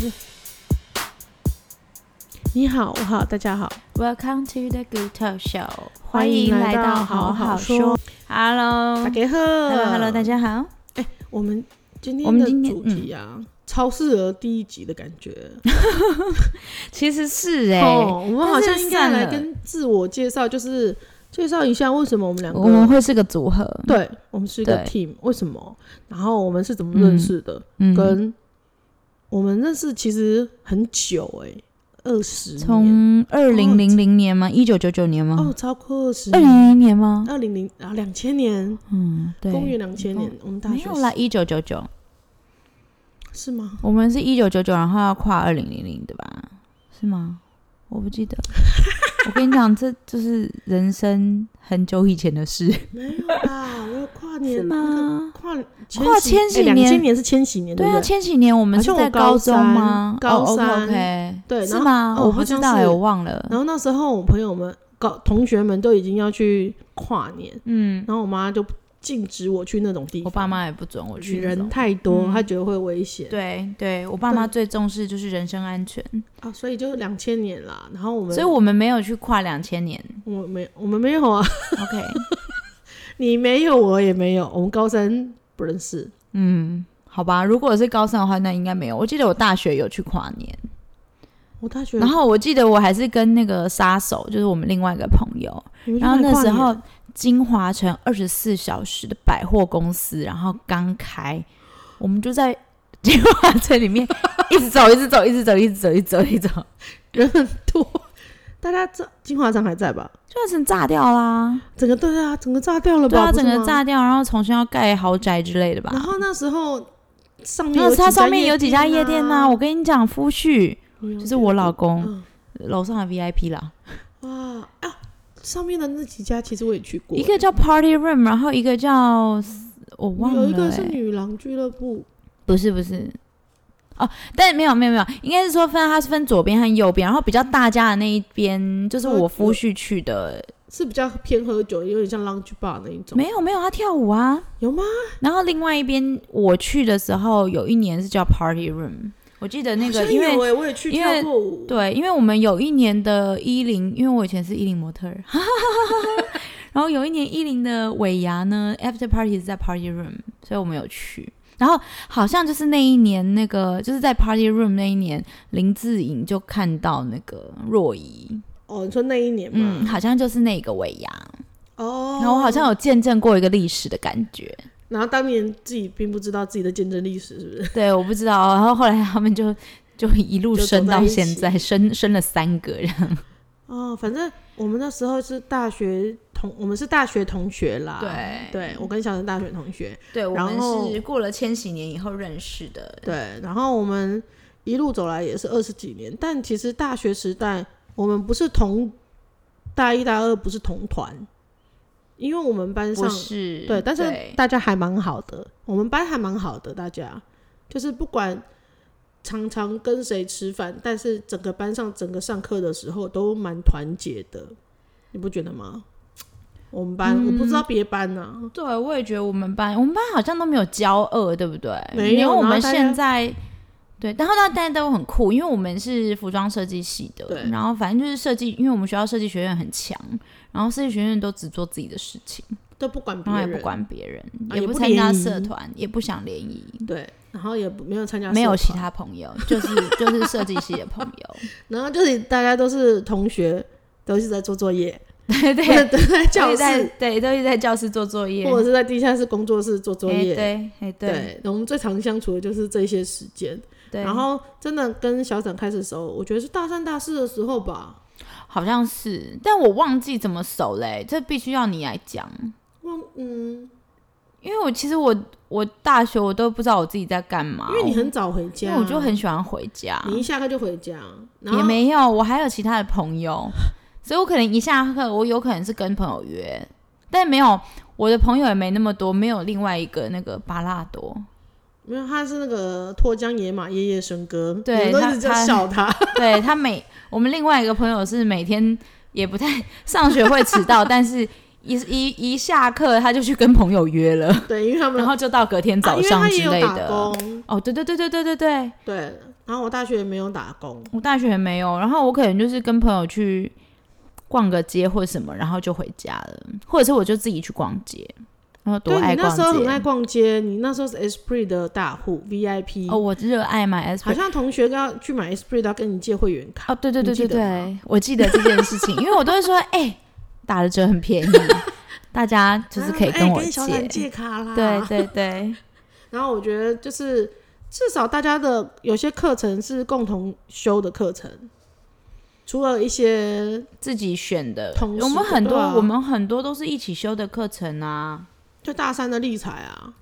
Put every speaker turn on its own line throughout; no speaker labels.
是你好，我好，大家好，
Welcome to the Good Talk Show，
欢迎来到好好说。
Hello，
打给呵
哦 Hello，Hello，大家好。
我们今
我
天
们
的
今天嗯
主题啊，超适合第一集的感觉。
其实是哎、
哦，我们好像
但是
应该来
算了
跟自我介绍，就是介绍一下为什么我们两个
我们会是个组合，
对，我们是一个
对
team，为什么？然后我们是怎么认识的？
嗯，
跟我们认识其实很久哎、二十年
从二零零零年吗？一九九九年
哦
吗，？
超过二十
二零零零年吗？
二零零啊两千年，
嗯，对，
公元两千年，我们大学
没有啦，一九九九，
是吗？
我们是一九九九，然后要跨二零零零的吧？是吗？我不 记得。我跟你讲，这就是人生很久以前的事，
没有 吧？我有跨年
是吗？
跨
跨千禧年
两千年是千禧年，
对
不
啊，
对？
千禧年我们
好
是
像我
在
高
中吗？
三高
哦、
三
o k
对
是
然后
吗？
哦
我
好
不知
像
道
是
哎，我忘了。
然后那时候我朋友们搞同学们都已经要去跨年，
嗯，
然后我妈就禁止我去那种地方，
我爸妈也不准我去那
人
种。
太多，
嗯
她觉得会危险。
对对，我爸妈最重视就是人身安全，
啊，所以就两千年啦。然后我们，
所以我们没有去跨两 千年。
我没我们没有啊，
OK，
你没有，我也没有，我们高三不认识。
嗯，好吧，如果是高三的话，那应该没有。我记得我大学有去跨年，
我大学，
然后我记得我还是跟那个杀手，就是我们另外一个朋友，
你们去
然后
哪里
那
跨
时
年
候金华城二十四小时的百货公司，然后刚开，我们就在 金华城里面一直走，一直走，一直走，一直走，一直走，一直走，
人很多，大家这金华城还在吧？
金华城炸掉啦！
整个对啊，整个炸掉了
对
吧？
啊，
不是
整
吗
个。炸掉，然后重新要盖豪宅之类的
然
吧。
后那时候上面
那
有
它上面有
几
几家夜店呐、
呐、
我跟你讲，夫婿
我有
就是我老公
嗯
楼上的 VIP 啦，
哇啊，上面的那几家其实我也去过，
一个叫 Party Room，然后一个叫我忘了、欸，
有一个是女郎俱乐部，
不是不是，哦，但没有没有没有，应该是说分它是分左边和右边，然后比较大家的那一边就是我夫婿去的，
是比较偏喝酒，有点像 lounge bar 那一种，
没有没有他跳舞啊，
有吗？
然后另外一边我去的时候有一年是叫 Party Room，我记得那
好
个
像
因为
有。欸我也去
因为
跳过舞，
对，因为我们有一年的一零，因为我以前是一零模特儿， 哈哈哈哈哈哈然后有一年一零的尾牙呢，after party 是在 party room，所以我们有去。然后好像就是那一年，那个就是在 party room 那一年，林志颖就看到那个若仪，嗯
哦，你说那一年嘛，
嗯，好像就是那个尾牙。
哦，
然后我好像有见证过一个历史的感觉，
然后当年自己并不知道自己的见证历史是不是？
对，我不知道。然后后来他们就就一路
就走
升
在
到
一
现
起
在，升升了三个人。
哦，反正我们那时候是大学同，我们是大学同学啦。
对
对我跟小陈大学同学。
对，我
然后
们是过了千禧年以后认识的。
对，然后我们一路走来也是二十几年，但其实大学时代我们不是同大一、大二不是同团，因为我们班上
不是
对，但是大家还蛮好的，我们班还蛮好的，大家就是不管常常跟谁吃饭，但是整个班上整个上课的时候都蛮团结的，你不觉得吗？我们班、
嗯
我不知道别班啊呢、
对，我也觉得我们班我们班好像都没有交恶，对不对？
没有
因为
然
我
后
们
大家
现在对，然后大家都很酷，因为我们是服装设计系的
对，
然后反正就是设计，因为我们学校设计学院很强，然后设计学院都只做自己的事情，
都不管别
然后也
人，
不管别人，
啊
也
也不
参加
联谊
社团，也不想联谊。
对，然后也不没有参加
没有
社
其
团，
他朋友，就是就是设计系的朋 友，
然后就是大家都是同学，都是在做作业，
对对，
都在
都
教
是在
室
对都是在教室做作业，
或者是在地下室工作室做作
哎
业。
对哎对
对，我们最常相处的就是这些时间。
对，
然后真的跟小展开始熟，我觉得是大三大四的时候吧。
好像是，但我忘记怎么熟嘞、这必须要你来讲，
忘嗯，
因为我其实我我大学我都不知道我自己在干嘛，
因为你很早回家，
因为我就很喜欢回家，
你一下课就回家，然后
也没有，我还有其他的朋友， 所以我可能一下课我有可能是跟朋友约，但没有我的朋友也没那么多，没有另外一个那个巴拉多，
没有，他是那个脱缰野马夜夜笙歌，
对
我都一直
他他
在笑他。
对他每我们另外一个朋友是每天也不太上学会迟 到，但是一一一下课他就去跟朋友约了。
对，因为他们
然后就到隔天
嗯啊
早上之
因为他
类
也有打
的。
工，
哦，对对对对对对对，
对，然后我大学也没有打工，
我大学也没有，然后我可能就是跟朋友去逛个街或什么，然后就回家了，或者是我就自己去逛街，然后多
对
爱
你
逛
那
街。
时候很爱逛街，你那时候是 Esprit 的大户 VIP，、
哦，我热爱买 S
好像同学要去买 Esprit 都要跟你借会员卡。
哦，对对对
你
对
记得
对
吗，
我记得这件事情，因为我都会说，哎、打了折很便宜，大家就是可以
啊哎
我
跟小冉借卡啦。
对对对，
然后我觉得就是至少大家的有些课程是共同修的课程，除了一些
自己选的，
同
我
时
们
的
很
对
多、
啊
我们很多都是一起修的课程啊，
就大三的立财啊，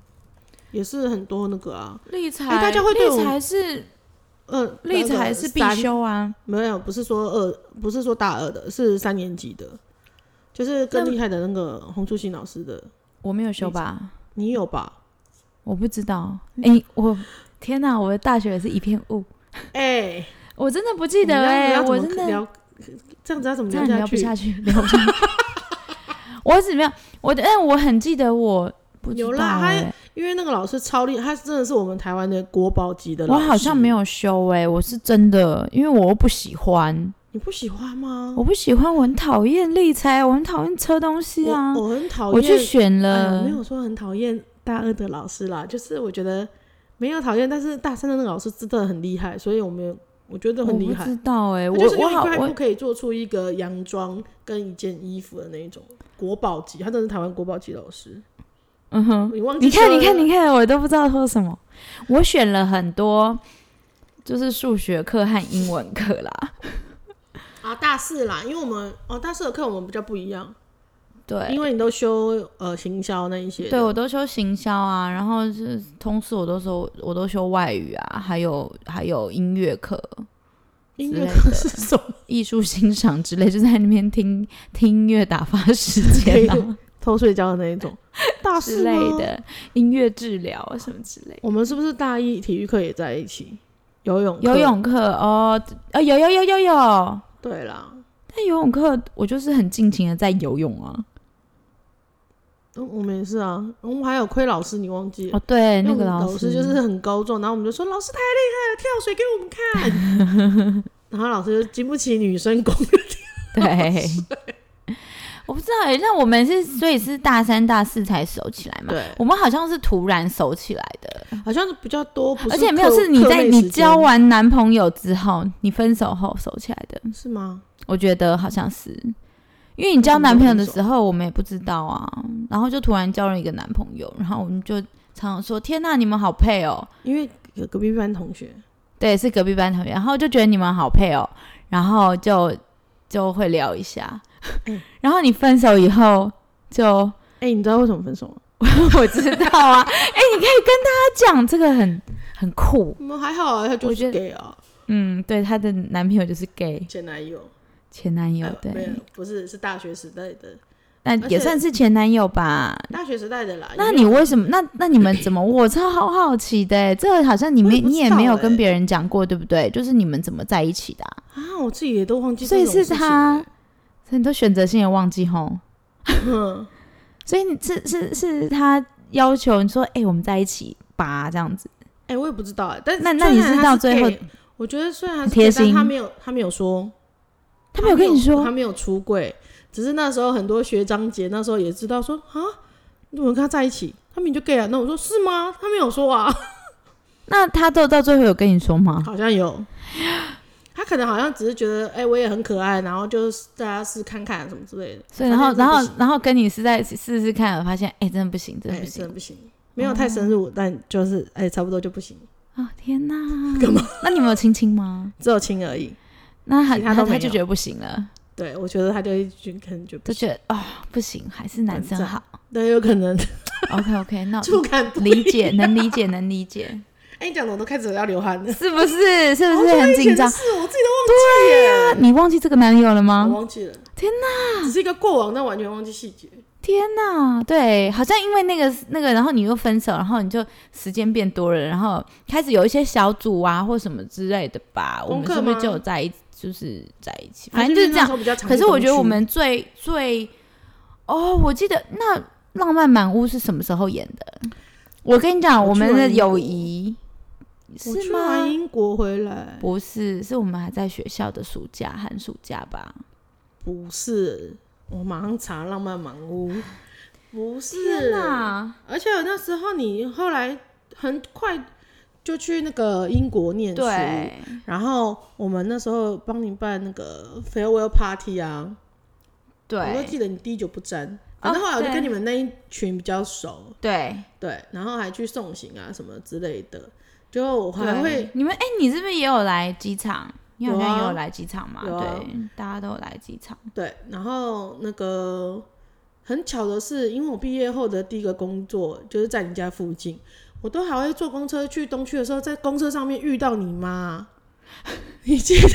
也是很多那个啊，
立财、
哎大家会对我
立财是
嗯，
立
那个
财是必
三
修啊，
没有，不是说二，不是说大二的，是三年级的，就是更
那
厉害的那个洪淑欣老师的，
我没有修吧？
你有吧？
我不知道，哎、我天哪，我的大学也是一片雾，
哎、
我真的不记得
我们
哎、
要
我
要怎
真
么
的
聊，这样子要怎么
这
聊
样聊
下
不
去？
下去，聊不下去。 我怎么样？我但我很记得我。不知
有
道、
啦他
哎，
因为那个老师超厉害，他真的是我们台湾的国宝级的老
我
师。
好像没，有修哎、我是真的，因为我又不喜欢，
你不喜欢吗？
我不喜欢，我很讨厌理财，我很讨厌车东西
我
啊，
我很讨
我去
厌，
选
哎
了
呦没，有说很讨厌大二的老师啦，就是我觉得没有讨厌，但是大三的那个老师真的很厉害，所以我们我觉得
我
很厉
不
害
知。道哎、
他
我
就是
我
用一
好
块布
我
可以做出一个洋装跟一件衣服的那一种国宝级，他真的是台湾国宝级老师。
嗯哼，
你 忘记
你看
说了
你看你看，我都不知道说什么，我选了很多就是数学课和英文课啦，
啊，大四啦，因为我们哦大四的课我们比较不一样，
对
因为你都修呃行销那一些的，
对，我都修行销啊，然后是通识我都修我都修外语啊，还有还有音乐课，
音
之
乐
类
课
的
是什么？
艺术欣赏之类，就在那边听听音乐打发时间 啊
偷睡觉的那一 种，大
之
四吗
类。的，音乐治疗啊什么之类的。
我们是不是大一体育课也在一起？游泳课
游泳课哦，啊有有有有有，
对啦，
但游泳课我就是很尽情的在游泳啊。
嗯，我们也是啊，我们还有亏老师，你忘记了？
哦，对，
因为
那
我
个
们
老
老师就是很高壮，然后我们就说老师太厉害了，跳水给我们看。 然后老师就经不起女生攻略，
对。 我不知道哎、那我们是所以是大三大四才熟起来嘛？
嗯对，
我们好像是突然熟起来的，
好像是比较多，不是
而且没有
课
是你
课
在
内
你
时间
交完男朋友之后，你分手后熟起来的。
是吗？
我觉得好像是，因为你交男朋友的时候，我们也不知道啊，然后就突然交了一个男朋友，然后我们就常常说：“天呐，你们好配哦
因为有隔壁班同学，！”
对，是隔壁班同学，然后就觉得你们好配哦，然后就就会聊一下
嗯。
然后你分手以后就，
哎、你知道为什么分手吗？
我知道啊， 哎、你可以跟大家讲，这个很很酷。
我们还好啊，他就
我觉
是
得
gay 啊，
嗯，对，她的男朋友就是 gay
前男友，
前男友
哎，没
对
有，，不是是大学时代的，
那
而
也
且哎
算是前男友吧。
大学时代的啦。
那
因
你为什么？那那你们怎么？我超好好奇的欸，这个好像你
我
没
也不知
你也
道
没有
欸
跟别人讲过，对不对？就是你们怎么在一起的啊、
啊，我自己也都忘记
所
这
以
种事
是
情欸了，
他，所以你都选择性的忘记吼。
嗯，
所以你是是是他要求你说，哎、我们在一起吧，这样子。
哎、我也不知道、哎，但
那
虽
那你
然
是
他
到最后
gay，我觉得虽然他
很
是 gay，
贴
但他
心
没有，他没有说，
他没有跟你
他
说，
没有出柜，只是那时候很多学长姐那时候也知道说啊，你怎么跟他在一起？他们就 gay 啊？那我说是吗？他没有说啊，
那他到到最后有跟你说吗？
好像有。他可能好像只是觉得，哎、我也很可爱，然后就是大家试看看什么之类的。
所以然后
发现真的不
然后
行
然后跟你是在试试看，我发现，哎、真的不行，真
哎、
的不行
真的不行，没有太深入，但就是哎、差不多就不行，
啊、天哪！干嘛？那你们有亲亲吗？
只有亲而已。
那他
其他都
他
没
就
有
觉得不行了。
对，我觉得他就一句可能就不
就
行，
觉得啊、不行，还是男生好。
对，有可 能
OK OK，那
触感不
理
一。
解，能理解，能 理解，
哎、你讲的我都开始要流汗了，
是不是？是
哦
不是很紧张？
是我自己都忘记耶，
那啊你忘记这个男友了吗
我？忘记了。天哪，只是一个过往，但完全忘记细节。
天哪，对，好像因为那个那个，然后你又分手，然后你就时间变多了，然后开始有一些小组啊或什么之类的吧。我
功
们
课
是不是
吗
就有在一就是在一起？反正就是这样。
样
可是我觉得我们最最哦，我记得那《浪漫满屋》是什么时候演的？我跟你讲，
我
我
去
们
完
的
英
友
国
谊
我去
是
完
吗？
英国回来，
不是，是我们还在学校的暑假、寒暑假吧？
不是，我马上查浪漫满屋， 不
天
是，
哪！
而且我那时候你后来很快就去那个英国念书，
对，
然后我们那时候帮你办那个 farewell party 啊，我都
对，
记得你滴酒不沾，
哦
反正后来我就
对
跟你们那一群比较熟，
对，
对，然后还去送行啊什么之类的，就我还
对
会
你们哎、你是不是也有来机场？你好
有啊
像也有来机场嘛？
有啊
对，大家都有来机场。
对，然后那个很巧的是，因为我毕业后的第一个工作就是在你家附近，我都还会坐公车去东区的时候，在公车上面遇到你妈，你记得？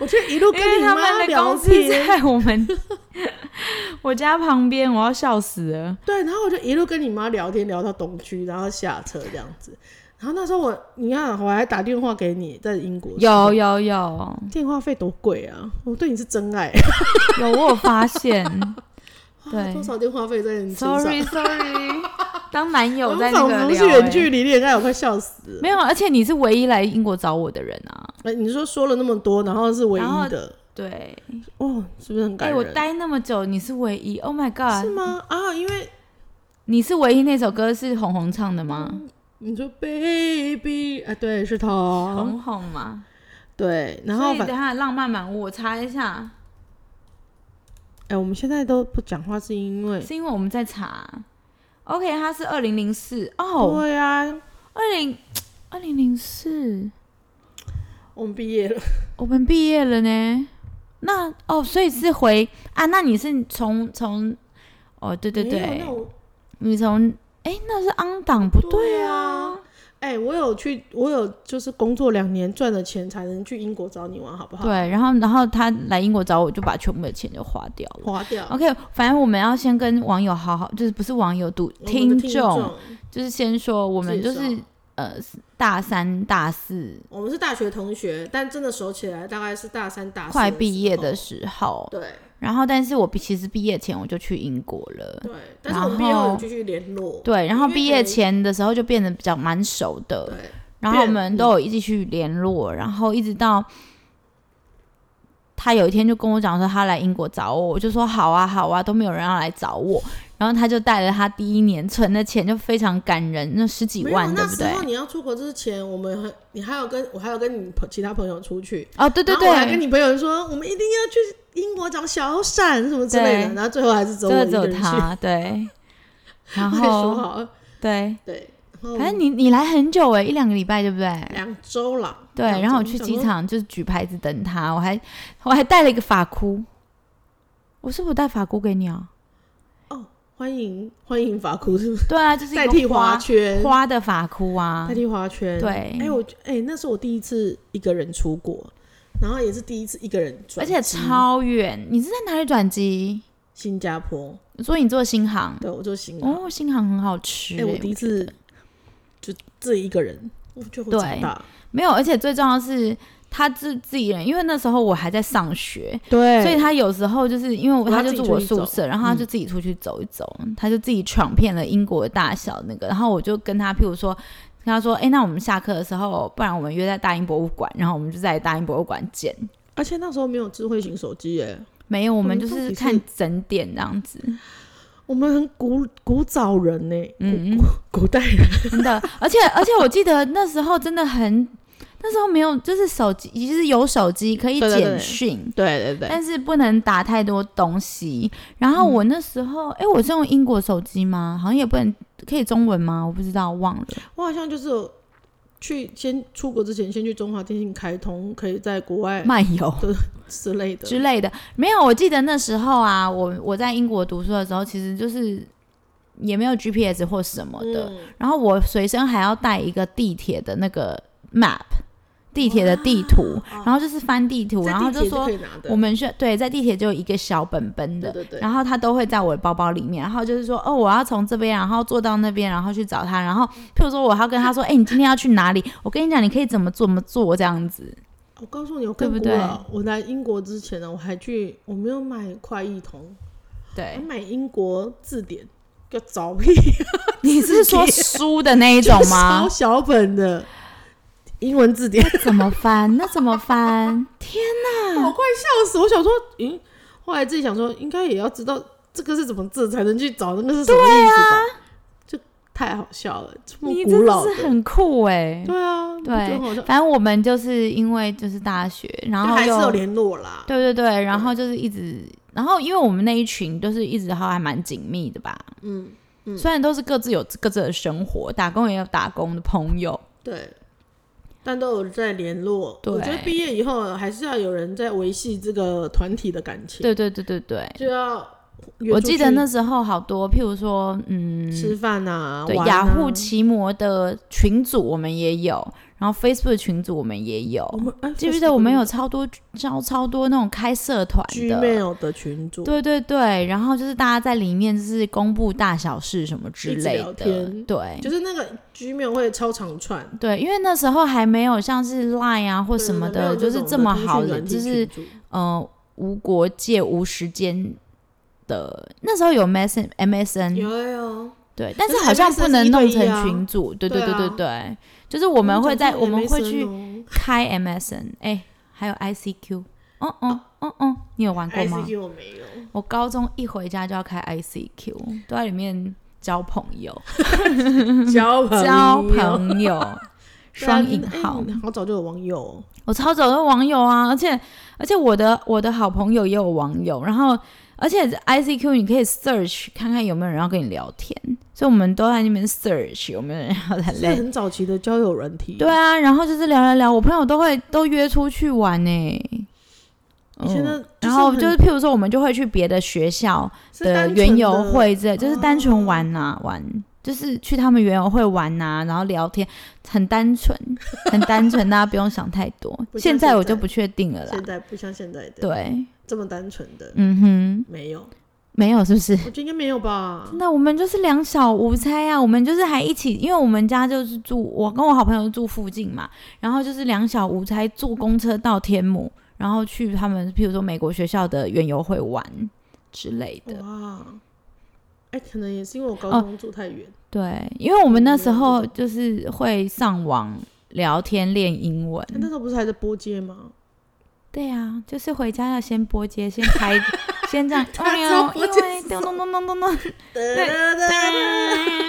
我就一路
因
跟
为
你
他
妈
们的
聊
公司
天，
在我们 我家旁边，我要笑死了。
对，然后我就一路跟你妈聊天，聊到东区，然后下车这样子。然后那时候我，你看啊我还打电话给你，在英国的时候
有有有
电话费多贵啊！我对你是真爱，
有，我有发现。对
多少电话费在 你身上？
Sorry Sorry，当男友
我
在那
仿
个
佛
聊
是远
欸
距离恋爱，我快笑死了。
没有，而且你是唯一来英国找我的人啊。
哎、你说说了那么多，然后是唯一的，
对，
哦，是不是很
哎、
感人？
我待那么久，你是唯一。Oh my
是
god，
吗？啊，因为
你是唯一那首歌是红红唱的吗？
你说 baby，啊，对，是他，
红红嘛。
对，然
所
后
以
反
等一下浪漫满屋，我查一下，
哎、我们现在都不讲话，是因为
是因为我们在查。OK，它是二零零四哦，
对啊，
二零二零零四，
我们毕业了，
我们毕业了呢。那哦，所以是回啊？那你是从从哦，对对
没有
对
那，我
你从哎、那是昂档不对
对
啊
啊。哎、我有去，我有就是工作两年赚了钱才能去英国找你玩，好不好？
对，然后然后他来英国找我，就把全部的钱就花掉了。
花掉
OK，反正我们要先跟网友好好，就是不是网友读
我们
听
的
众，就是先说我们就
介
是
绍
呃大三大四
我们是大学同学，但真的熟起来大概是大三大四
快
时
毕业的
候
时候，
对
然后但是我毕其实毕业前我就去英国了，
对，但是我们毕业后有继续联络，
对，然后
因为
毕
可
业
能
前的时候就变得比较蛮熟的，
对，
然后我
变
们都有一继续联络，然后一直到。他有一天就跟我讲说他来英国找我，我就说好啊好啊，都没有人要来找我。然后他就带了他第一年存的钱，就非常感人，那十几
没有
万，对
那
不
时
对？
候你要出国之前，我们还你还有跟我还有跟你朋其他朋友出去，
哦，对对
然后我还跟
对，
你朋友说，我们一定要去英国找小闪什么之类的，
对
然后最后还是走
真
我
的
一
只
个
有
人去，
他 对。然
我也说哦
后哎
好了，
对，
对，
反正你你来很久哎，一两个礼拜对不对？
两周啦，
对，
两周
然后我去机，场就是举牌子等他，我还我还带了一个发箍，我是不是带发箍给你啊？
想说欢迎欢迎法库是不是？
对啊，就是一
代
个
替
花
圈，
花的发箍啊
代。替花圈，。
对，
哎、我哎、那是我第一次一个人出国，然后也是第一次一个人转
而
机，
且超远，你是在哪里转机？
新加坡，
所以你坐新航
对我就行了。
哦，新航很好吃
哎、
欸。
我第一次就自己一个人，我觉得我长
对
大，
没有，而且最重要的是他自自己人，因为那时候我还在上学，
对
所以他有时候就是因为我
我要
他就
自己
住
出
我
去
宿
走嗯
舍，然后他就自己出去走一走，他就自己闯遍了英国的大小那个。然后我就跟他，譬如说，跟他说，哎、那我们下课的时候，不然我们约在大英博物馆，然后我们就在大英博物馆见。
而且那时候没有智慧型手机，哎，
没有，我们
们
就
到
是
底是
看整点这样子，
我们很古古早人呢，
嗯，
古古代人，
真的。而且而且我记得那时候真的很，那时候没有，就是手机，就是有手机可以
对对对
简讯，
对对嗯对
但是不能打太多东西。然后我那时候，哎、我是用英国手机吗？好像也不能，可以中文吗？我不知道，忘了。
我好像就是有去先出国之前，先去中华电信开通，可以在国外
漫游
之类的，
之类的，没有。我记得那时候啊，我我在英国读书的时候，其实就是也没有 GPS 或什么的，
嗯
然后我随身还要带一个地铁的那个 map，地铁的地图，然后就是翻地图，
哦在
然后
地
就
铁
说
可以拿的，
我们是对在地铁就有一个小本本的
对，对对，
然后他都会在我的包包里面，然后就是说，哦，我要从这边，然后坐到那边，然后去找他，然后譬如说我要跟他说，哎、你今天要去哪里？我跟你讲，你可以怎么做怎么做这样子。
我告诉你，我更古
对不对
老。我来英国之前呢，我还去，我没有买快译通，我
对，
买英国字典。要找屁，
你是说书的那一种
就
吗
是抄？小本的英文字 典，
怎么翻？ 那怎 么翻？天
好快笑死！我想说，咦，后来自己想说，应该也要知道这个是怎么字才能去找那个是什么意思吧？就太好笑了，这么
啊你
古
真
老
的
的，
是很酷哎、
对啊，
对
就很好笑，
反正我们就是因为就是大学，然
就
后
还是
又
有联络啦。
对对对，然后就是一直，然后因为我们那一群都是一直还蛮紧密的吧，
嗯，
虽然都是各自有各自的生活，打工也有打工的朋友，
对，但都有在联络。
对
我觉得毕业以后还是要有人在维系这个团体的感情，
对对对对对。
就要约
我
出
记得
去
那时候好多，譬如说，嗯，
吃饭啊，
对，
玩
雅
啊
虎奇摩的群组我们也有，然后 Facebook 群组我们也有。
我们哎
记不记得我们有超多超超多那种开社团的？
Gmail 的群组，
对对对，然后就是大家在里面就是公布大小事什么之
一直
类
聊
的
天，
对
就是那个 Gmail 会超长串。
对，因为那时候还没有像是 Line 啊或
或
什么的，就是这么好的，
的，
就是呃无国界无时间的。那时候有 MSN MSN，
有有，
对，但
可
是
是
好像
MSN
不
是
能
一
弄
对一
成
啊
群组，对对
对
对对
啊
对，就是我们会在我们会去
去
开 MSN，哎、还有 ICQ，哦哦哦哦，你有玩过吗？
ICQ 我没有，
我高中一回家就要开 ICQ，都在里面交朋友，
交朋
交
友
朋友，双引
对啊
号
哎。你好早就有网友哦，
我超早的网友啊，而且而且我的我的好朋友也有网友，然后而且 ICQ 你可以 search 看看有没有人要跟你聊天，所以我们都在那边 search 有没有人要来
是
聊
很早期的交友软体。
对，啊，然后就是聊聊聊，我朋友都会都约出去玩呢、
我觉得
嗯
就是
然后就
很
是，譬如说，我们就会去别的学校
是单
的
纯
园游会之类，就是单纯
哦
玩呐、玩，就是去他们园游会玩呐、然后聊天，很单纯，很单纯，大家不用想太多。
不像
现在
现
我就
在
不确定了啦
现。在不像现在的
对，
这么单纯的，
嗯哼，
没有，
没有是不是？
我觉得应该没有吧。
那我们就是两小无猜啊，我们就是还一起，因为我们家就是住我跟我好朋友住附近嘛，然后就是两小无猜坐公车到天母，然后去他们譬如说美国学校的园游会玩之类的。
哇，哎，可能也是因为我高
哦
中住太远，
对，因为我们那时
嗯
候就是会上网聊天练英文。
那时候不是还在播街吗？
对啊，就是回家要先拨接，先开，先这样，
他知道
哦
拨
因
接
为
是
咚咚咚咚咚咚，
对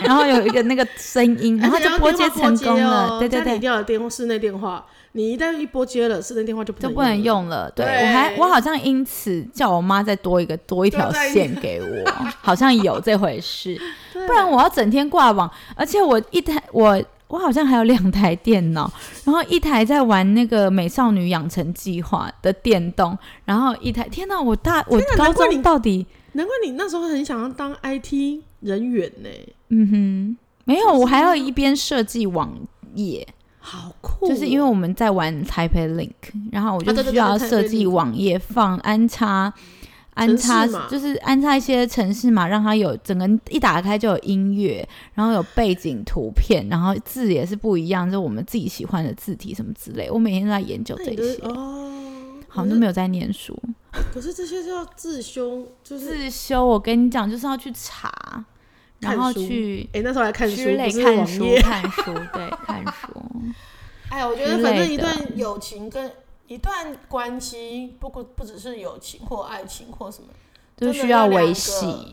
然后有一个那个声音，
哎
然后嗯就拨接成功了。对对对
你，掉了哦电话室内电话，你一旦一拨接了室内电话就不
就
能
不能
用了。
用了。对
对
我还我好像因此叫我妈再多一个多一条线给我，好像有这回事，
对
不然我要整天挂网，而且我一台我。我好像还有两台电脑，然后一台在玩那个《美少女养成计划》的电动，然后一台天哪，我大我
天哪
高
难怪你
中到底
难怪你那时候很想要当 IT 人员呢、
嗯哼没有，
就是
我还要一边设计网页，
好酷哦、
就是因为我们在玩 Taipei Link，然后我
啊对
就
对
需要
对对
设
Taipei
计
Link
网页放安插。安
城市
插
嘛
就是安插一些城市嘛，让它有整个一打开就有音乐，然后有背景图片，然后字也是不一样，就是我们自己喜欢的字体什么之类。我每天都在研究
那
这
你就是
些，
哦，
好像
可
都
是
没有在念书。
可是这些就要自修，就是
自修，我跟你讲，就是要去查，然
看
后
书
去
哎、那时候还看书，
之类
不是
看
网
书
页。
看书，对，看 书。
哎，我觉
之
得反正
类
一
的
段友情跟一段关系，不过不只是友情或爱情或什么，
就
真的
需要
要两
维
个
系。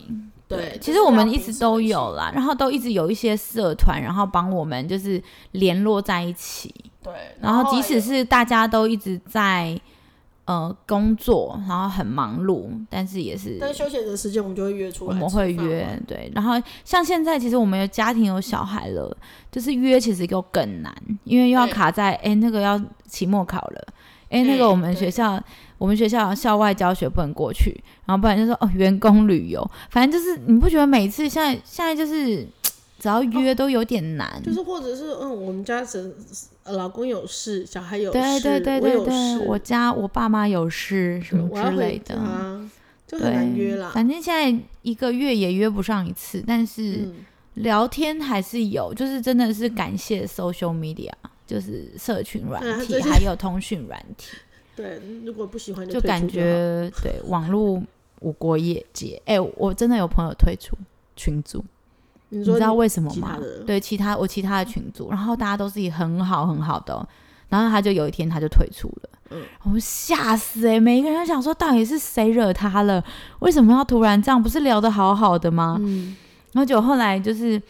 对，
其
就是
实我
要
们一
彼
直
此
都
维系
有啦，然后都一直有一些社团，然后帮我们就是联络在一起。
对，
然后即
也
使是大家都一直在呃工作，然后很忙碌，但是也是
但休闲的时间我们就会约出来，
我们会约，对。然后像现在，其实我们有家庭有小孩了，就是约其实又更难，因为又要
对
卡在哎、诶那个要期末考了，哎、那
对
个我们
对
学校我们学校校外教学不能过去，然后不然就说哦员工旅游，反正就是你不觉得每次现在现在就是只要约都有点难，
哦就是或者是嗯，我们家只呃老公有事，小孩有事，
对对对对
我有
对，
事，
我家我爸妈有事什
对
么
我要
之类
回
的。
家，就
对，
很难约啦。
反正现在一个月也约不上一次，但是、
嗯，
聊天还是有，就是真的是感谢 social media，就是社群软
对啊
体，
这些
还有通讯软 体，
对，如果不喜欢
就
退出
感
好
觉对网络我国业界，哎、我真的有朋友退出群组，
你
你
说
知道为什么
其
吗
他？的
对，其他我其他的群组，然后大家都是很好很好的哦、然后他就有一天他就退出了，
嗯
我吓死哎、每一个人都想说到底是谁惹他了？为什么要突然这样？不是聊得好好的吗？
嗯
然后就后来就是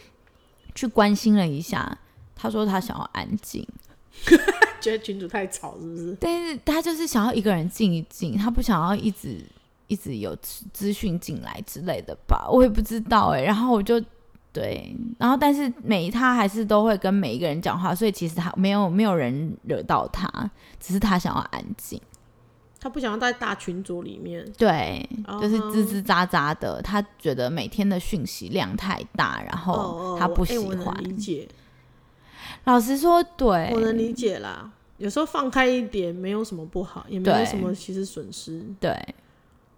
去关心了一下，他说他想要安静，
觉得群主太吵是不是？
但是他就是想要一个人静一静，他不想要一直一直有资资讯进来之类的吧，我也不知道哎、然后我就对，哎然后但是每他还是都会跟每一个人讲话，所以其实他没有没有人惹到他，只是他想要哎安静，
他不想要在大群组里面，
对，就是吱
哦
吱喳喳的，他觉得每天的讯息量太大，然后
哦，
他
我
不
哎
喜
我能
欢。
理解，
老实说，对，
我能理解啦。有时候放开一点没有什么不好，也没有
对
什么其实损失。
对，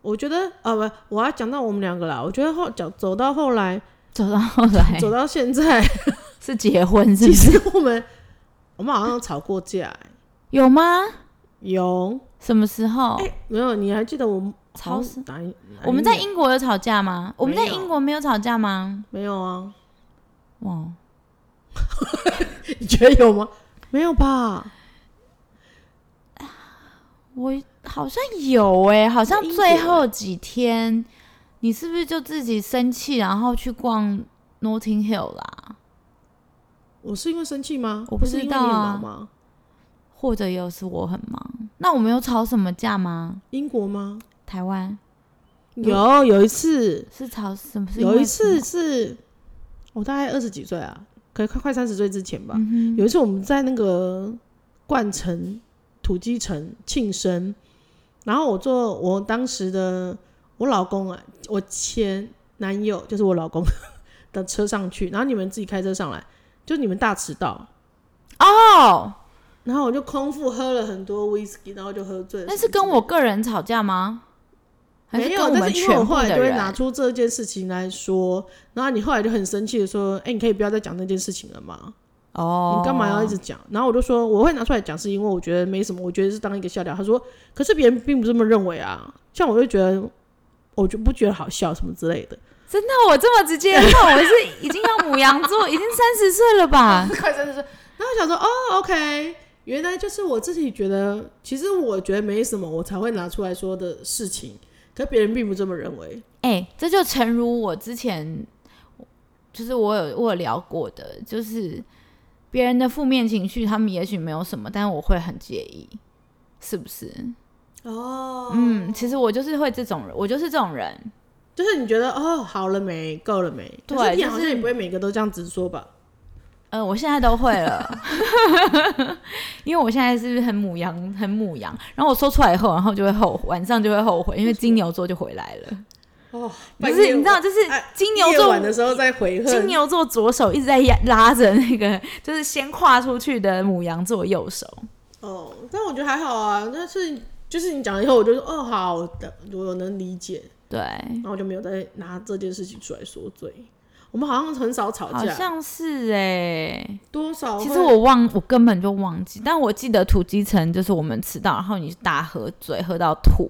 我觉得啊，不，我要讲到我们两个啦。我觉得后讲走到后来，
走到后 来
走到现在，
是结婚是
其
不是？
实我们 我们好像吵过架、欸
有吗？
有
什么时候？
哎、没有？你还记得我们好
吵
像
死
哪一？哪一
我们在
年
英国有吵架吗？我们在英国没有吵架吗？
没有啊？
哇，
你 觉得有吗？没有吧？
我好像有哎、好像
在英国
最后几天，你是不是就自己生气，然后去逛 Notting Hill 啦？
我是因为生气吗？
我
不
不
是因为
知
你
道啊
忙吗？
或者又是我很忙？那我们有吵什么架吗？
英国吗？
台湾
有有一次，
是吵什么？是因为
有一次
什么，
是我大概二十几岁啊，可能快快三十岁之前吧。
嗯哼
有一次我们在那个冠城土鸡城庆生，然后我坐我当时的我老公啊，我前男友就是我老公的车上去，然后你们自己开车上来，就你们大迟到，
哦，
然后我就空腹喝了很多 whisky，然后就喝醉了。
那是跟我个人吵架吗？还
没
是
有，
跟我
但
们
是因为我
全部
后来
的
就会
人？
拿出这件事情来说，然后你后来就很生气的说：“哎、你可以不要再讲那件事情了嘛，
哦，
你干嘛要一直讲？”然后我就说：“我会拿出来讲，是因为我觉得没什么，我觉得是当一个笑料。”他说：“可是别人并不这么认为啊。”像我就觉得，我就不觉得好笑什么之类的。
真的，我这么直接， 那我是已经要母羊座，已经三十岁了吧？
快三十岁，然后我想说：“哦，OK，原来就是我自己觉得，其实我觉得没什么，我才会拿出来说的事情，可别人并不这么认为。
哎、这就诚如我之前，就是我有我有聊过的，就是别人的负面情绪，他们也许没有什么，但我会很介意，是不是？”
哦，
嗯，其实我就是会这种人，我就是这种人，
就是你觉得哦，好了没，够了没？
对
可是你
就是
好像也不会每个都这样直说吧？
呃，我现在都会了， 因为我现在是很母羊，很母羊，然后我说出来以后，然后就会后悔，晚上就会后悔，因为金牛座就回来了。
哦，
不是，你知道，就是
哎
金牛
夜
座
晚的时候再回
金
恨，
牛座左手一直在压拉着那个，就是先跨出去的母羊座右手。
哦，但我觉得还好啊。但是就是你讲了以后，我就说哦，好的，我能理解，
对，
然后我就没有再拿这件事情出来说罪。我们好像很少吵
好
架，
像是哎、
多少会？
其实我忘，我根本就忘记，但我记得土鸡城就是我们迟到，然后你是大喝醉，喝到吐，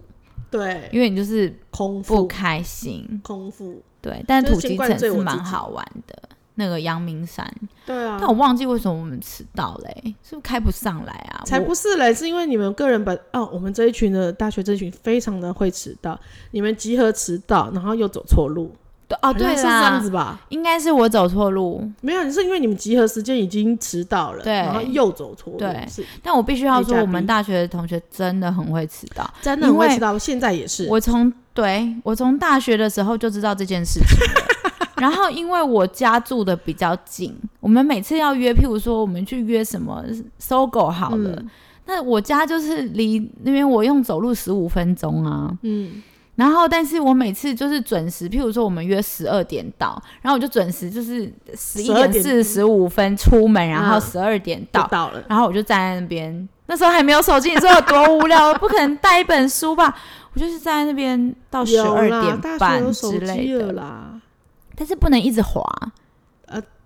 对
因为你就是
空
不
腹，
开心。
空腹，
对，但
就是
土
先
鸡
灌
城
醉
是
我自
蛮
己
好玩的，那个阳明山，
对啊
但，我忘记为什么我们迟到嘞、是不是开不上来啊？
才
我
不是嘞，是因为你们个人本哦，我们这一群的大学这一群非常的会迟到，你们集合迟到，然后又走错路，
对哦，
好像
对
是这样
啦
子，吧？
应该是我走错路，
没有，是因为你们集合时间已经迟到了，
对
然后又走错路，
对
是
但我必须要
A 加
说，我
B
们大学的同学真的很会迟到。
真的很会
因为
迟到，现在也是。
我从对我从大学的时候就知道这件事情了。 然后因为我家住的比较近，我们每次要约，譬如说我们去约什么搜狗好了，
嗯
那我家就是离那边我用走路十五分钟啊。
嗯，
然后，但是我每次就是准时，譬如说我们约十二点到，然后我就准时就是十一
12
点四十五分出门，然后
嗯
十二点
就
到，
到了，
然后我就站在那边，那时候还没有手机，你说有多无聊？不可能带一本书吧？我就是站在那边到十
有
二
啦
点
大学有
半
手
之类
机了
的，
啦，
但是不能一直滑，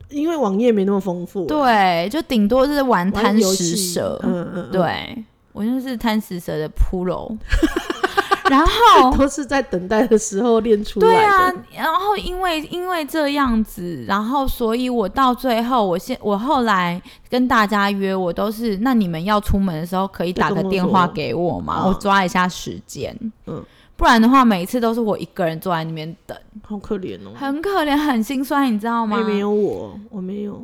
因为网页没那么丰富，，
对，就顶多是玩贪
玩游戏
食
嗯
蛇，
嗯嗯，嗯，
对我就是贪食蛇的 pro。 然后
都是在等待的时候练出来的。
啊对啊，然后因为因为这样子，然后所以我到最后，我现我后来跟大家约，我都是那你们要出门的时候可以打
就
个
跟我
电话
说
给我嘛，
嗯
我抓一下时间。
嗯
不然的话，每一次都是我一个人坐在那边等，
好可怜哦，
很啊可怜，很心酸，你知道吗
也？没有我，我没有，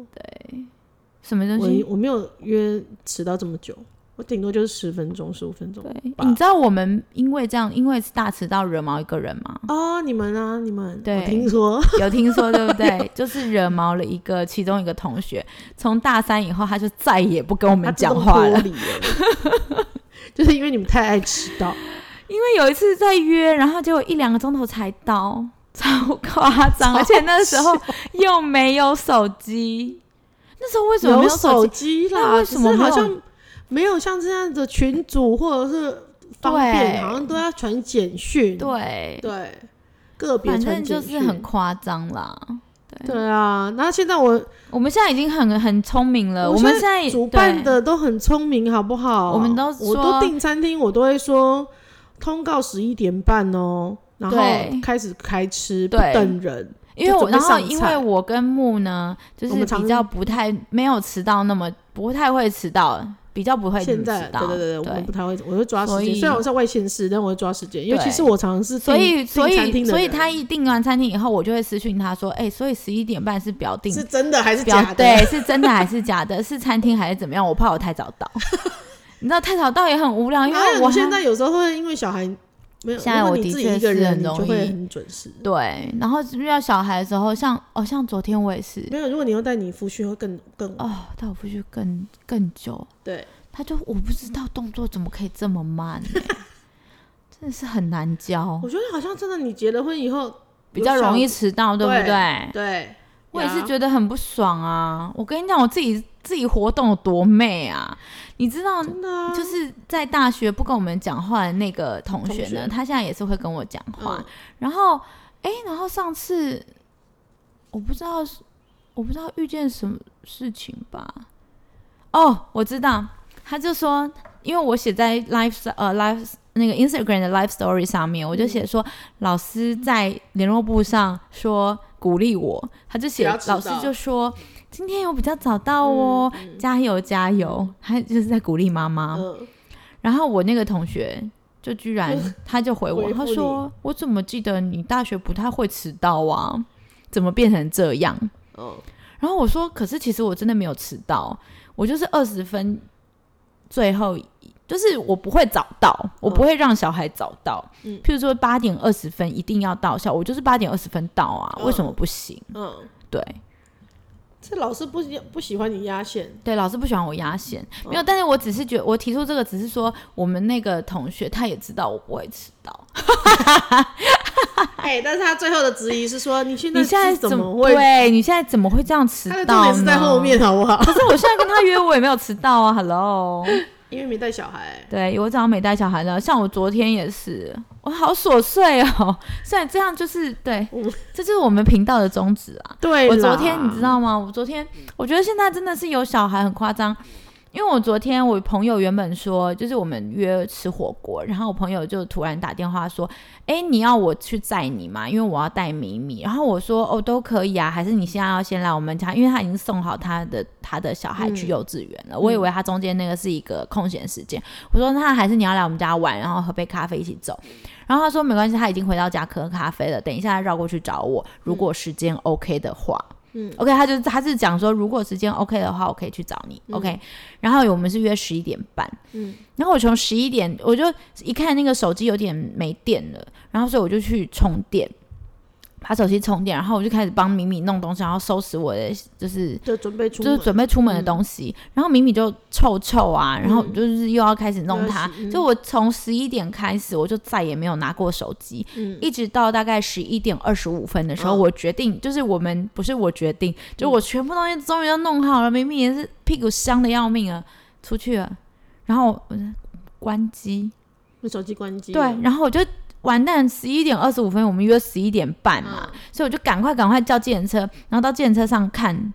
什么东西
我？我没有约迟到这么久，我顶多就是十分钟、十五分钟。
对，
吧
你知道我们因为这样，因为大迟到惹毛一个人 吗？
哦，你们啊，你们，
对
我听说
有听说对不对？就是惹毛了一个其中一个同学，从大三以后他就再也不跟我
他
们
自
讲
动
话
脱
了。
离了， 就是因为你们太爱迟到，
因为有一次在约，然后结果一两个钟头才到， 超夸张！
超
而且那时候又没有手机，那时候为什么没有手
手
机？
机
那
啦？
为
只
什么
是
没
好
有
像没有像这样的群组或者是方便，
对
好像都要传简讯，
对，
对，个别
反
传
正就
简
是
讯，
很夸张啦。
对啊。那现在我
我们现在已经很很聪明了，
我
我
觉得
们现在
主办
对
的都很聪明，好不好？
我们都
我
说
都订餐厅，我都会说通告十一点半哦，然后
对
开始开吃，不
对
等人。
因为
就
我
准备
然后
上
因
菜
为我跟木呢，就
我
是
们常
比较不太没有迟到那么不太会迟到，比较不会
现
迟
在对
到。
对对对，我们不太会，我会抓时
所以
间。虽然我在外县市，但我会抓时间，因为
对
其实我常常是订
所以，所
订餐
以，
厅的
所以
人
他一订完餐厅以后，我就会私讯他说：“哎、所以十一点半是表定，
是真的还是
表
假的？
对，是真的还是假的？是餐厅还是怎么样？我怕我太早到，你知道太早到也很无聊，因
哪有
为我
啊你
还
现在有时候会因为小孩没有，
现在
如果
我
你
的
自己
确
一个
是
人，
很
你就
容
会
易
很准时。
对，然后遇到小孩的时候，像哦，像昨天我也是
没有，如果你要带你夫婿，会更更晚。
哦，但我不去更更久，
对，
他就我不知道动作怎么可以这么慢、欸，真的是很难教
我，觉得好像真的，你结了婚以后
比较容易
有
迟到，对不
对
对
小对。
我也是
呀
觉得很不爽啊！我跟你讲，我自己自己活动有多媚啊！你知道，
真的啊，
就是在大学不跟我们讲话的那个同学
同
呢，
学
他现在也是会跟我讲话。
嗯
然后，哎、然后上次我不知道是，我不知道遇见什么事情吧？哦，我知道，他就说，因为我写在 life 呃 life 那个 Instagram 的 life story 上
嗯
面，我就写说、老师在联络簿上说鼓励我，他就写
不要迟到
老师就说今天有比较早到哦，
嗯
加油加油，他就是在鼓励妈妈。
嗯，
然后我那个同学就居然他就回我，
回复
他说：“我怎么记得你大学不太会迟到啊？怎么变成这样
哦，？”
然后我说：“可是其实我真的没有迟到，我就是二十分，最后就是我不会早到，我不会让小孩早到。
嗯
譬如说八点二十分一定要到校，我就是八点二十分到啊，
嗯
为什么不行？
嗯，
对
这老师不喜不喜欢你压线，
对，老师不喜欢我压线，没有，但是我只是觉我提出这个，只是说我们那个同学他也知道我不会迟到。”
哎，但是他最后的质疑是说，你现
你
在
现在
是怎么会？
对你现在怎么会这样迟
他的重
到呢？
点是在后。面，好不好？
可是我现在跟他约，我也没有迟到啊。Hello，
因为没带小孩，
对我早上没带小孩呢。像我昨天也是，我好琐碎哦。 虽然这样就是对，这就是我们频道的宗旨啊。
对
我昨天你知道吗？我昨天我觉得现在真的是有小孩很夸张，因为我昨天我朋友原本说就是我们约吃火锅，然后我朋友就突然打电话说：“哎、你要我去载你吗？因为我要带米米。”然后我说：“哦，都可以啊，还是你现在要先来我们家，因为他已经送好他的他的小孩去幼稚园了。我以为他中间那个是一个空闲时间，我说那还是你要来我们家玩，然后喝杯咖啡一起走。然后他说没关系，他已经回到家喝咖啡了，等一下绕过去找我，如果时间 OK 的话。
嗯
OK，他就他是讲说，如果时间 OK 的话，我可以去找你。
嗯
OK，然后我们是约十一点半，
嗯，
然后我从十一点我就一看那个手机有点没电了，然后所以我就去充电，把手机充电，然后我就开始帮米米弄东西，然后收拾我的就是
就准备出
就是
门，
准备出门的东西，然后米米就臭臭啊，然后
嗯
就是又要开始弄
又要
它
洗，嗯
就我从十一点开始，我就再也没有拿过手机，
嗯
一直到大概十一点二十五分的时候，
嗯
我决定，就是我们不是我决定，就我全部东西终于都弄好了，明明也是屁股香的要命啊，出去了，然后我就关机，
你手机关机，
对，然后我就完蛋，十一点二十五分，我们约十一点半
嗯
嘛，
啊
所以我就赶快赶快叫计程车，然后到计程车上看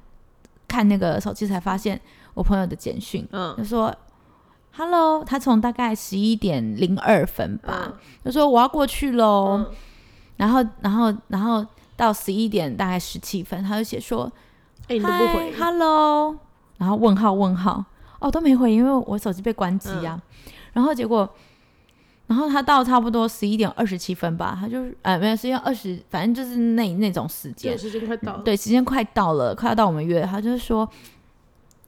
看那个手机，才发现我朋友的简讯，
嗯，
就说。 Hello，他从大概十一点零二分吧，
啊
就说我要过去喽。
嗯
然后，然后，然后到十一点大概十七分，他就写说
哎、你都不
嗨
回，
，Hello，然后问号问号，哦都没回，因为我手机被关机啊。然后结果，然后他到差不多十一点二十七分吧，他就是呃没有十一点二十，反正就是那那种时
这
间
个，时间快到了，
对，时间快到了，快要到我们约，他就说，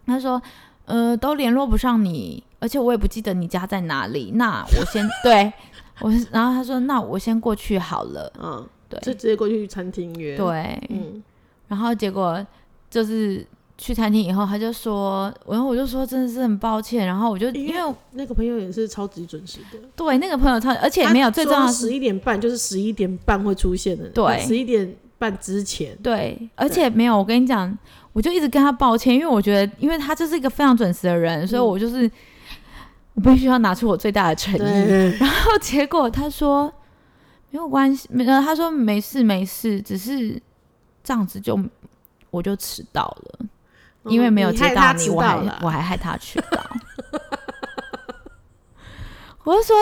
他说，呃，都联络不上你，而且我也不记得你家在哪里，那我先 对我，然后他说，那我先过去好了，
嗯，
对
就直接过去餐厅约，，
对，
嗯，
然后结果就是去餐厅以后，他就说，然后我就说真的是很抱歉，然后我就
因
因
为
为
那个朋友也是超级准时的，
对那个朋友超，而且没有最重要的是
十一点半就是十一点半会出现的，
对
十一点半之前，
对，而且没有，我跟你讲，我就一直跟他抱歉，因为我觉得，因为他就是一个非常准时的人，所以
嗯
我就是、我必须要拿出我最大的诚意。
对，
然后结果他说没有关系，没，呃他说没事没事，只是这样子就我就迟到了， 因为没有
嗯你害
接
他
你，
迟
我还
到了，
我还害他迟 到。我就说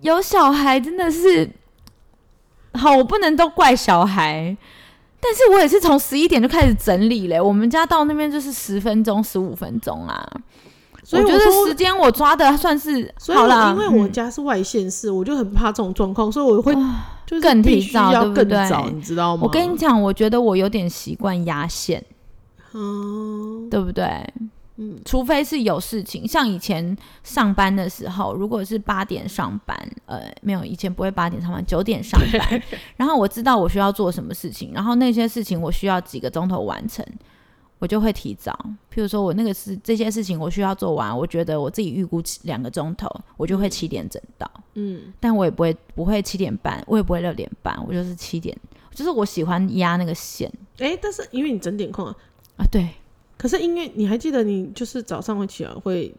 有小孩真的是好，我不能都怪小孩。但是我也是从十一点就开始整理嘞，我们家到那边就是十分钟、十五分钟啊。
所以
我觉
说
得时间我抓的算是
所以
好
我
啦，
因为我
嗯
家是外县市，我就很怕这种状况，所以我会就是
啊更提
必须
早
要
对不
更
对
早，你知道吗？
我跟你讲，我觉得我有点习惯压线，
嗯，
对不对？嗯，除非是有事情，像以前上班的时候，如果是八点上班，呃，没有，以前不会八点上班，九点上班。然后我知道我需要做什么事情，然后那些事情我需要几个钟头完成，我就会提早。譬如说我那个事这些事情我需要做完，我觉得我自己预估七两个钟头，我就会七点整到。
嗯，
但我也不会不会七点半，我也不会六点半，我就是七点，就是我喜欢压那个线
哎、但是因为你整点空啊，
啊。对，
可是因为你还记得你就是早上会起来会。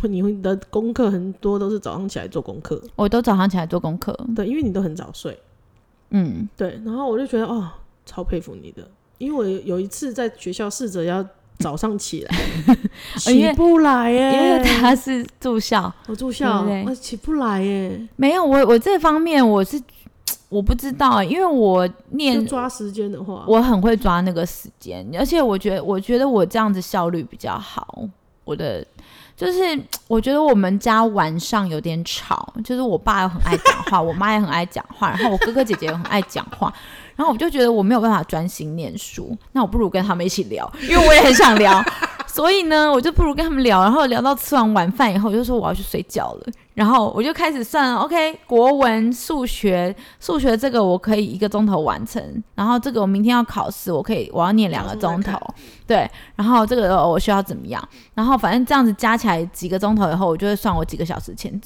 会你会你的功课很多都是早上起来做功课，
我都早上起来做功课。
对，因为你都很早睡，
嗯，
对，然后我就觉得哦，超佩服你的，因为我有一次在学校试着要早上起来，
因
起
为
不来耶、
因为他是住校，
我住校，
对不对
我起不来耶、
没有我我这方面我是我不知道，因为我
就
念
抓时间的话，
我很会抓那个时间，而且我觉得我觉得我这样子效率比较好。我的就是我觉得我们家晚上有点吵，就是我爸很爱讲话，我妈也很爱讲话，然后我哥哥姐姐也很爱讲话，然后我就觉得我没有办法专心念书，那我不如跟他们一起聊，因为我也很想聊。所以呢，我就不如跟他们聊，然后聊到吃完晚饭以后，我就说我要去睡觉了。然后我就开始算，OK，国文、数学、数学这个我可以一个钟头完成，然后这个我明天要考试，我可以我要念两个钟头，对，然后这个呃我需要怎么样，然后反正这样子加起来几个钟头以后，我就会算我几个小时前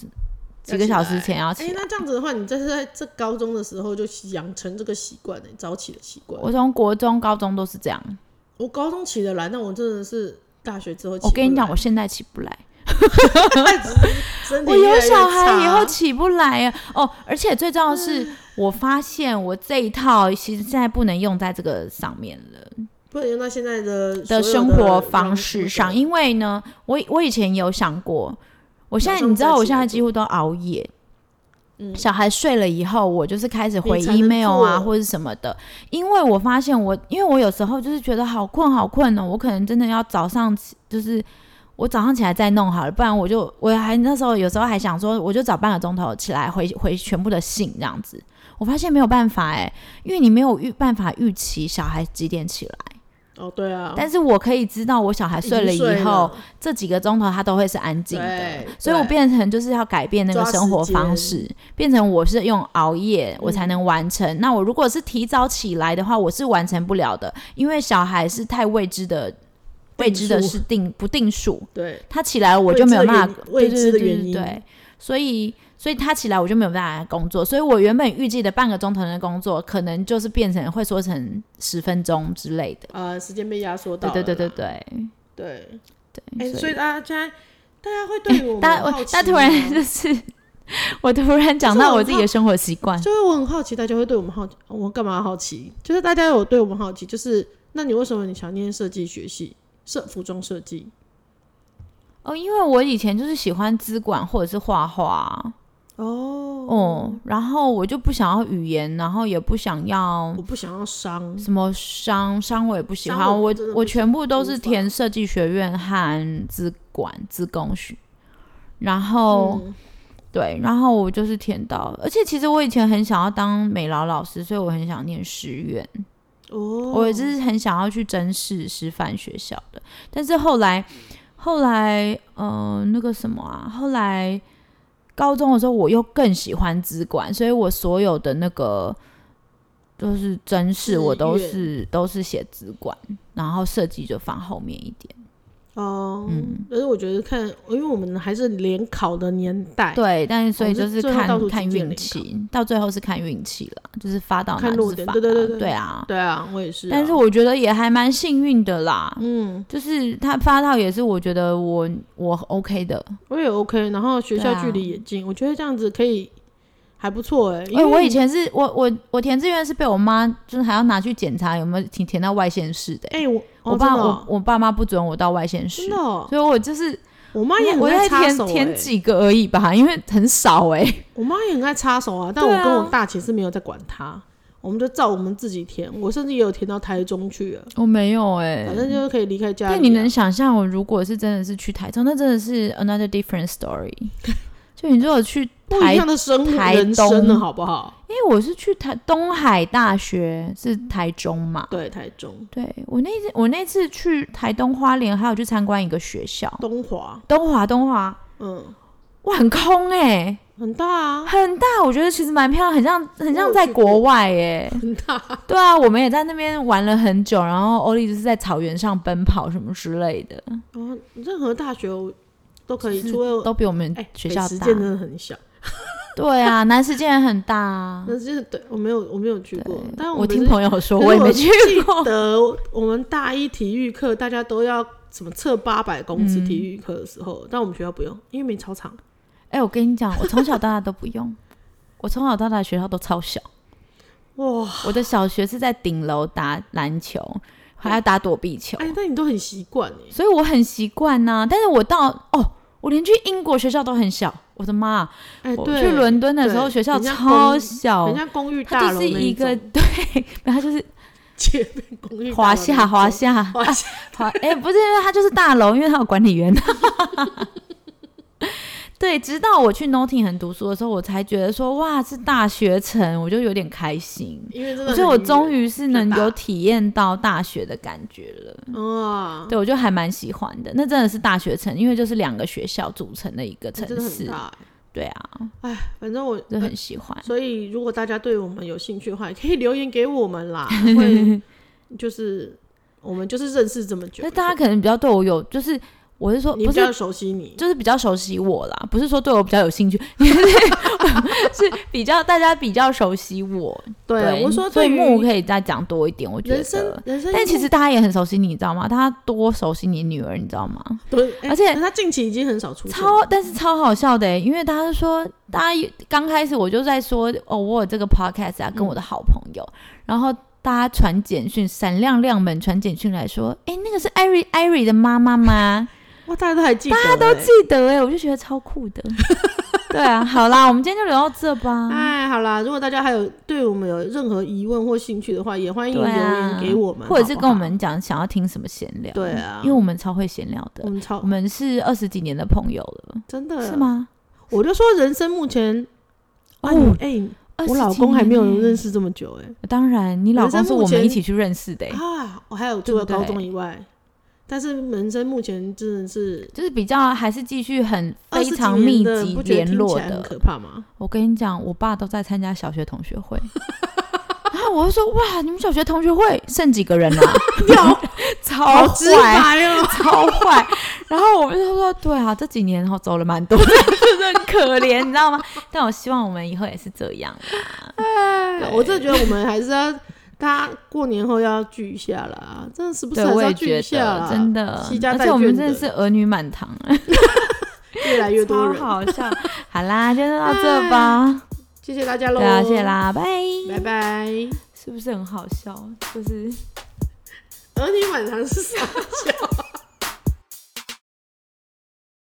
几个小时前要
哎、
起来。
那这样子的话，你这是在这高中的时候就养成这个习惯呢，早起的习惯。
我从国中、高中都是这样。
我高中起得来，但我真的是大学之后起不来，
我跟你讲，我现在起不来，
身体
我
越来
有
越
小孩以
差嗯
后起不来呀。哦，而且最重要的是，我发现我这一套其实现在不能用在这个上面了。
不能用到现在的所有
的生活方式上，
的
因为呢，我我以前有想过，我现在
早上
你知道，
再
我
起
现
来
在
做
几乎都熬夜。
嗯
小孩睡了以后，我就是开始回
你才能
email 啊，
做
或者什么的，因为我发现我，因为我有时候就是觉得好困好困哦，我可能真的要早上起，就是我早上起来再弄好了，不然我就我还那时候有时候还想说，我就早半个钟头起来回回全部的信这样子，我发现没有办法哎、因为你没有预办法预期小孩几点起来。
哦，对啊，
但是我可以知道，我小孩
已经
睡了以后，
了
这几个钟头他都会是安静的
对，
所以我
对
变成就是要改变那个生活方式，变成我是用熬夜我才能完成。那我如果是提早起来的话，我是完成不了的，因为小孩是太未知的，未知的
定数
是定不定数，
对，
他起来我就没有办法
未知的原
对对
因未
对
知的原因
对对对，所以所以他起来我就没有办法工作，所以我原本预计的半个钟头的工作，可能就是变成会缩成十分钟之类的。
呃，时间被压缩到
对
了
对
啦，
对对对。
对
对，
哎、
所
所
以
以
哎
大家现在大家会对于我们
大
很好
我
奇哦
大突然
吗
就是，我突然讲到我自己的生活习惯，
就是我很好奇，大家会对我们好奇，我干嘛好奇？就是大家有对我们好奇，就是那你为什么你想念设计学系，设服装设计？
哦，因为我以前就是喜欢资管或者是画画，
哦
哦，然后我就不想要语言，然后也不想要
我不想要伤，
什么商商，我也不喜欢，
商我
我
真的不
我
喜
全部都
无
是
法
填设计学院和资管资工学，然后、
嗯
对，然后我就是填到，而且其实我以前很想要当美劳老师，所以我很想念师院，
哦，
我也是很想要去真试师范学校的，但是后来
嗯
后来呃那个什么啊，后来高中的时候我又更喜欢资管，所以我所有的那个就是真试我都
志愿
是都是写资管，然后设计就放后面一点。
哦，
嗯
但是我觉得看，因为我们还是联考的年代，
对，啊但是所以
哦是
就是
最后倒
看
数
看
几件
运
联
气，到最后是看运气了，就是发到哪
看
就
落
是
点
发
对对
哪
对对
对啊。
对啊，我也是啊、
但是我觉得也还蛮幸运的啦，
嗯，
就是他发到也是我觉得我我 OK 的，
我也 OK，然后学
对
校
啊
距离也近，我觉得这样子可以还不错哎、因
因
为
为我以前是我我我填志愿是被我妈就是还要拿去检查有没有填填到外县市的欸、
哎、我哦
我爸、
真的哦
我我爸妈不准我到外县市
真，的哦、
所以我就是
我妈也很
我
爱
在
插
填
手、欸，
填几个而已吧，因为很少哎、
我妈也很爱插手啊，但
对
我
啊
跟我大姐是没有在管她，我们就照我们自己填，我甚至也有填到台中去了，
我没有哎、
反正就是可以离开家里、啊。嗯
但你能想象，我如果是真的是去台中，那真的是 another different story。就你如果去
不
台，
一
因
样的生活
台
人生了，
东
好不好？
为我是去台东海大学，是台中嘛？
对，台中
对我那次，我那次去台东花莲，还有去参观一个学校，
东华，
东华东华，
嗯，
哇，很空哎、
很大啊，
很大，我觉得其实蛮漂亮，很像很
我
像
有
在
去过
国外哎、
很大。
对啊，我们也在那边玩了很久，然后欧丽就是在草原上奔跑什么之类的，
哦，任何大学我都可以，
是
除了
都比我们
哎，
学校
北实
大。
践真的很小，
对啊，南石竟然很大啊。
但是对我没有我没有去过，嗯但
我听
友
朋友说，我也没去过。
得我们大一体育课大家都要什么测八百公
嗯
尺体育课的时候，但我们学校不用，因为没操场。
哎、我跟你讲，我从小到大都不用，我从小到大学校都超小。
哇，
我的小学是在顶楼打篮球，还要打躲避球，
哎，那你都很习惯哎，
所以我很习惯呐。但是我到哦，我连去英国学校都很小，我的妈！
哎，
我
对，
去伦敦的时候，
对
学校
人家
超
公
小
人，家公寓大
它
楼
就
那
是一个
种
对，没有它就是
街边公寓大楼
华
那
夏
种
华夏
华夏，
好，哎、不是，因为它就是大楼，因为它有管理员。 对，直到我去 Nottingham 读书的时候，我才觉得说，哇，是大学城，我就有点开心。
因为真的
所
很远，
以我终于是能
就大
有体验到大学的感觉了。
啊，
对，我就还蛮喜欢的。那真的是大学城，因为就是两个学校组成的一个城
真的很
市。
大哎，
对啊，
反正我
就很喜欢。
所以，如果大家对我们有兴趣的话，也可以留言给我们 啦。会就是我们就是认识这么久
那，大家可能比较对我有，就是我是说，
你
不
比
是
较熟悉你，
就是比较熟悉我啦，不是说对我比较有兴趣， 是比较大家比较熟悉我。
对我说
所
对
以木
于
可以再讲多一点，我觉
人生
得。
人生，
但其实大家也很熟悉你，你知道吗？大家多熟悉你女儿，你知道吗？
对，哎
而且
可是他近期已经很少出现了，
超，但是超好笑的欸，因为大家就说，大家刚开始我就在说，哦，我有这个 podcast 啊，跟
嗯
我的好朋友，然后大家传简讯，闪亮亮们传简讯来说，哎、那个是艾瑞艾瑞的妈妈吗？
哇，大家都还 记得欸，大家
都记得哎、我就觉得超酷的。 对啊，好啦，我们今天就聊到这吧，
哎，好啦，如果大家还有对我们有任何疑问或兴趣的话，也欢迎留
对啊
言给我们，
或者是
好不
跟我
好
们讲想要听什么闲聊，
对啊
因为我们超会闲聊的
我，们超
我们是二十几年的朋友了，
真的啊
是？吗？
我就说人生目前，
哦
啊你哎，我老公还没有认
识，
识这么久，哎。
当然，你老
人
公
生
是
目
我们
前
一起去认识的欸、
啊，我还有
对
除了
不对
高中以外，但是人生目前真的是
就是比较还是继续很非
20
常
几年
密
的
集
不觉得
联
听
络
起来很可怕吗？
我跟你讲，我爸都在参加小学同学会， 然后我就说哇，你们小学同学会剩几个人 啊？ 超
好直
坏，
白 哦，
超坏。然后我们就说对啊，这几年后走了蛮多的，就是很可怜，你 知道吗？但我希望我们以后也是这样。
哎我真的觉得我们还是要。大家过年后要聚一下啦，真的时不时
对，
还是
我
要
也
聚
觉
一下
得
啦，
真的
惜，家
而
带
且我们
眷
真的
的
是儿女满堂，啊
越来越多
超
人，哎
好 笑。好啦，今天就到这吧，
谢谢大家喽，
对啊，谢谢，啦，拜。
拜拜。
是不是很好笑？就是。
儿女满堂是啥笑？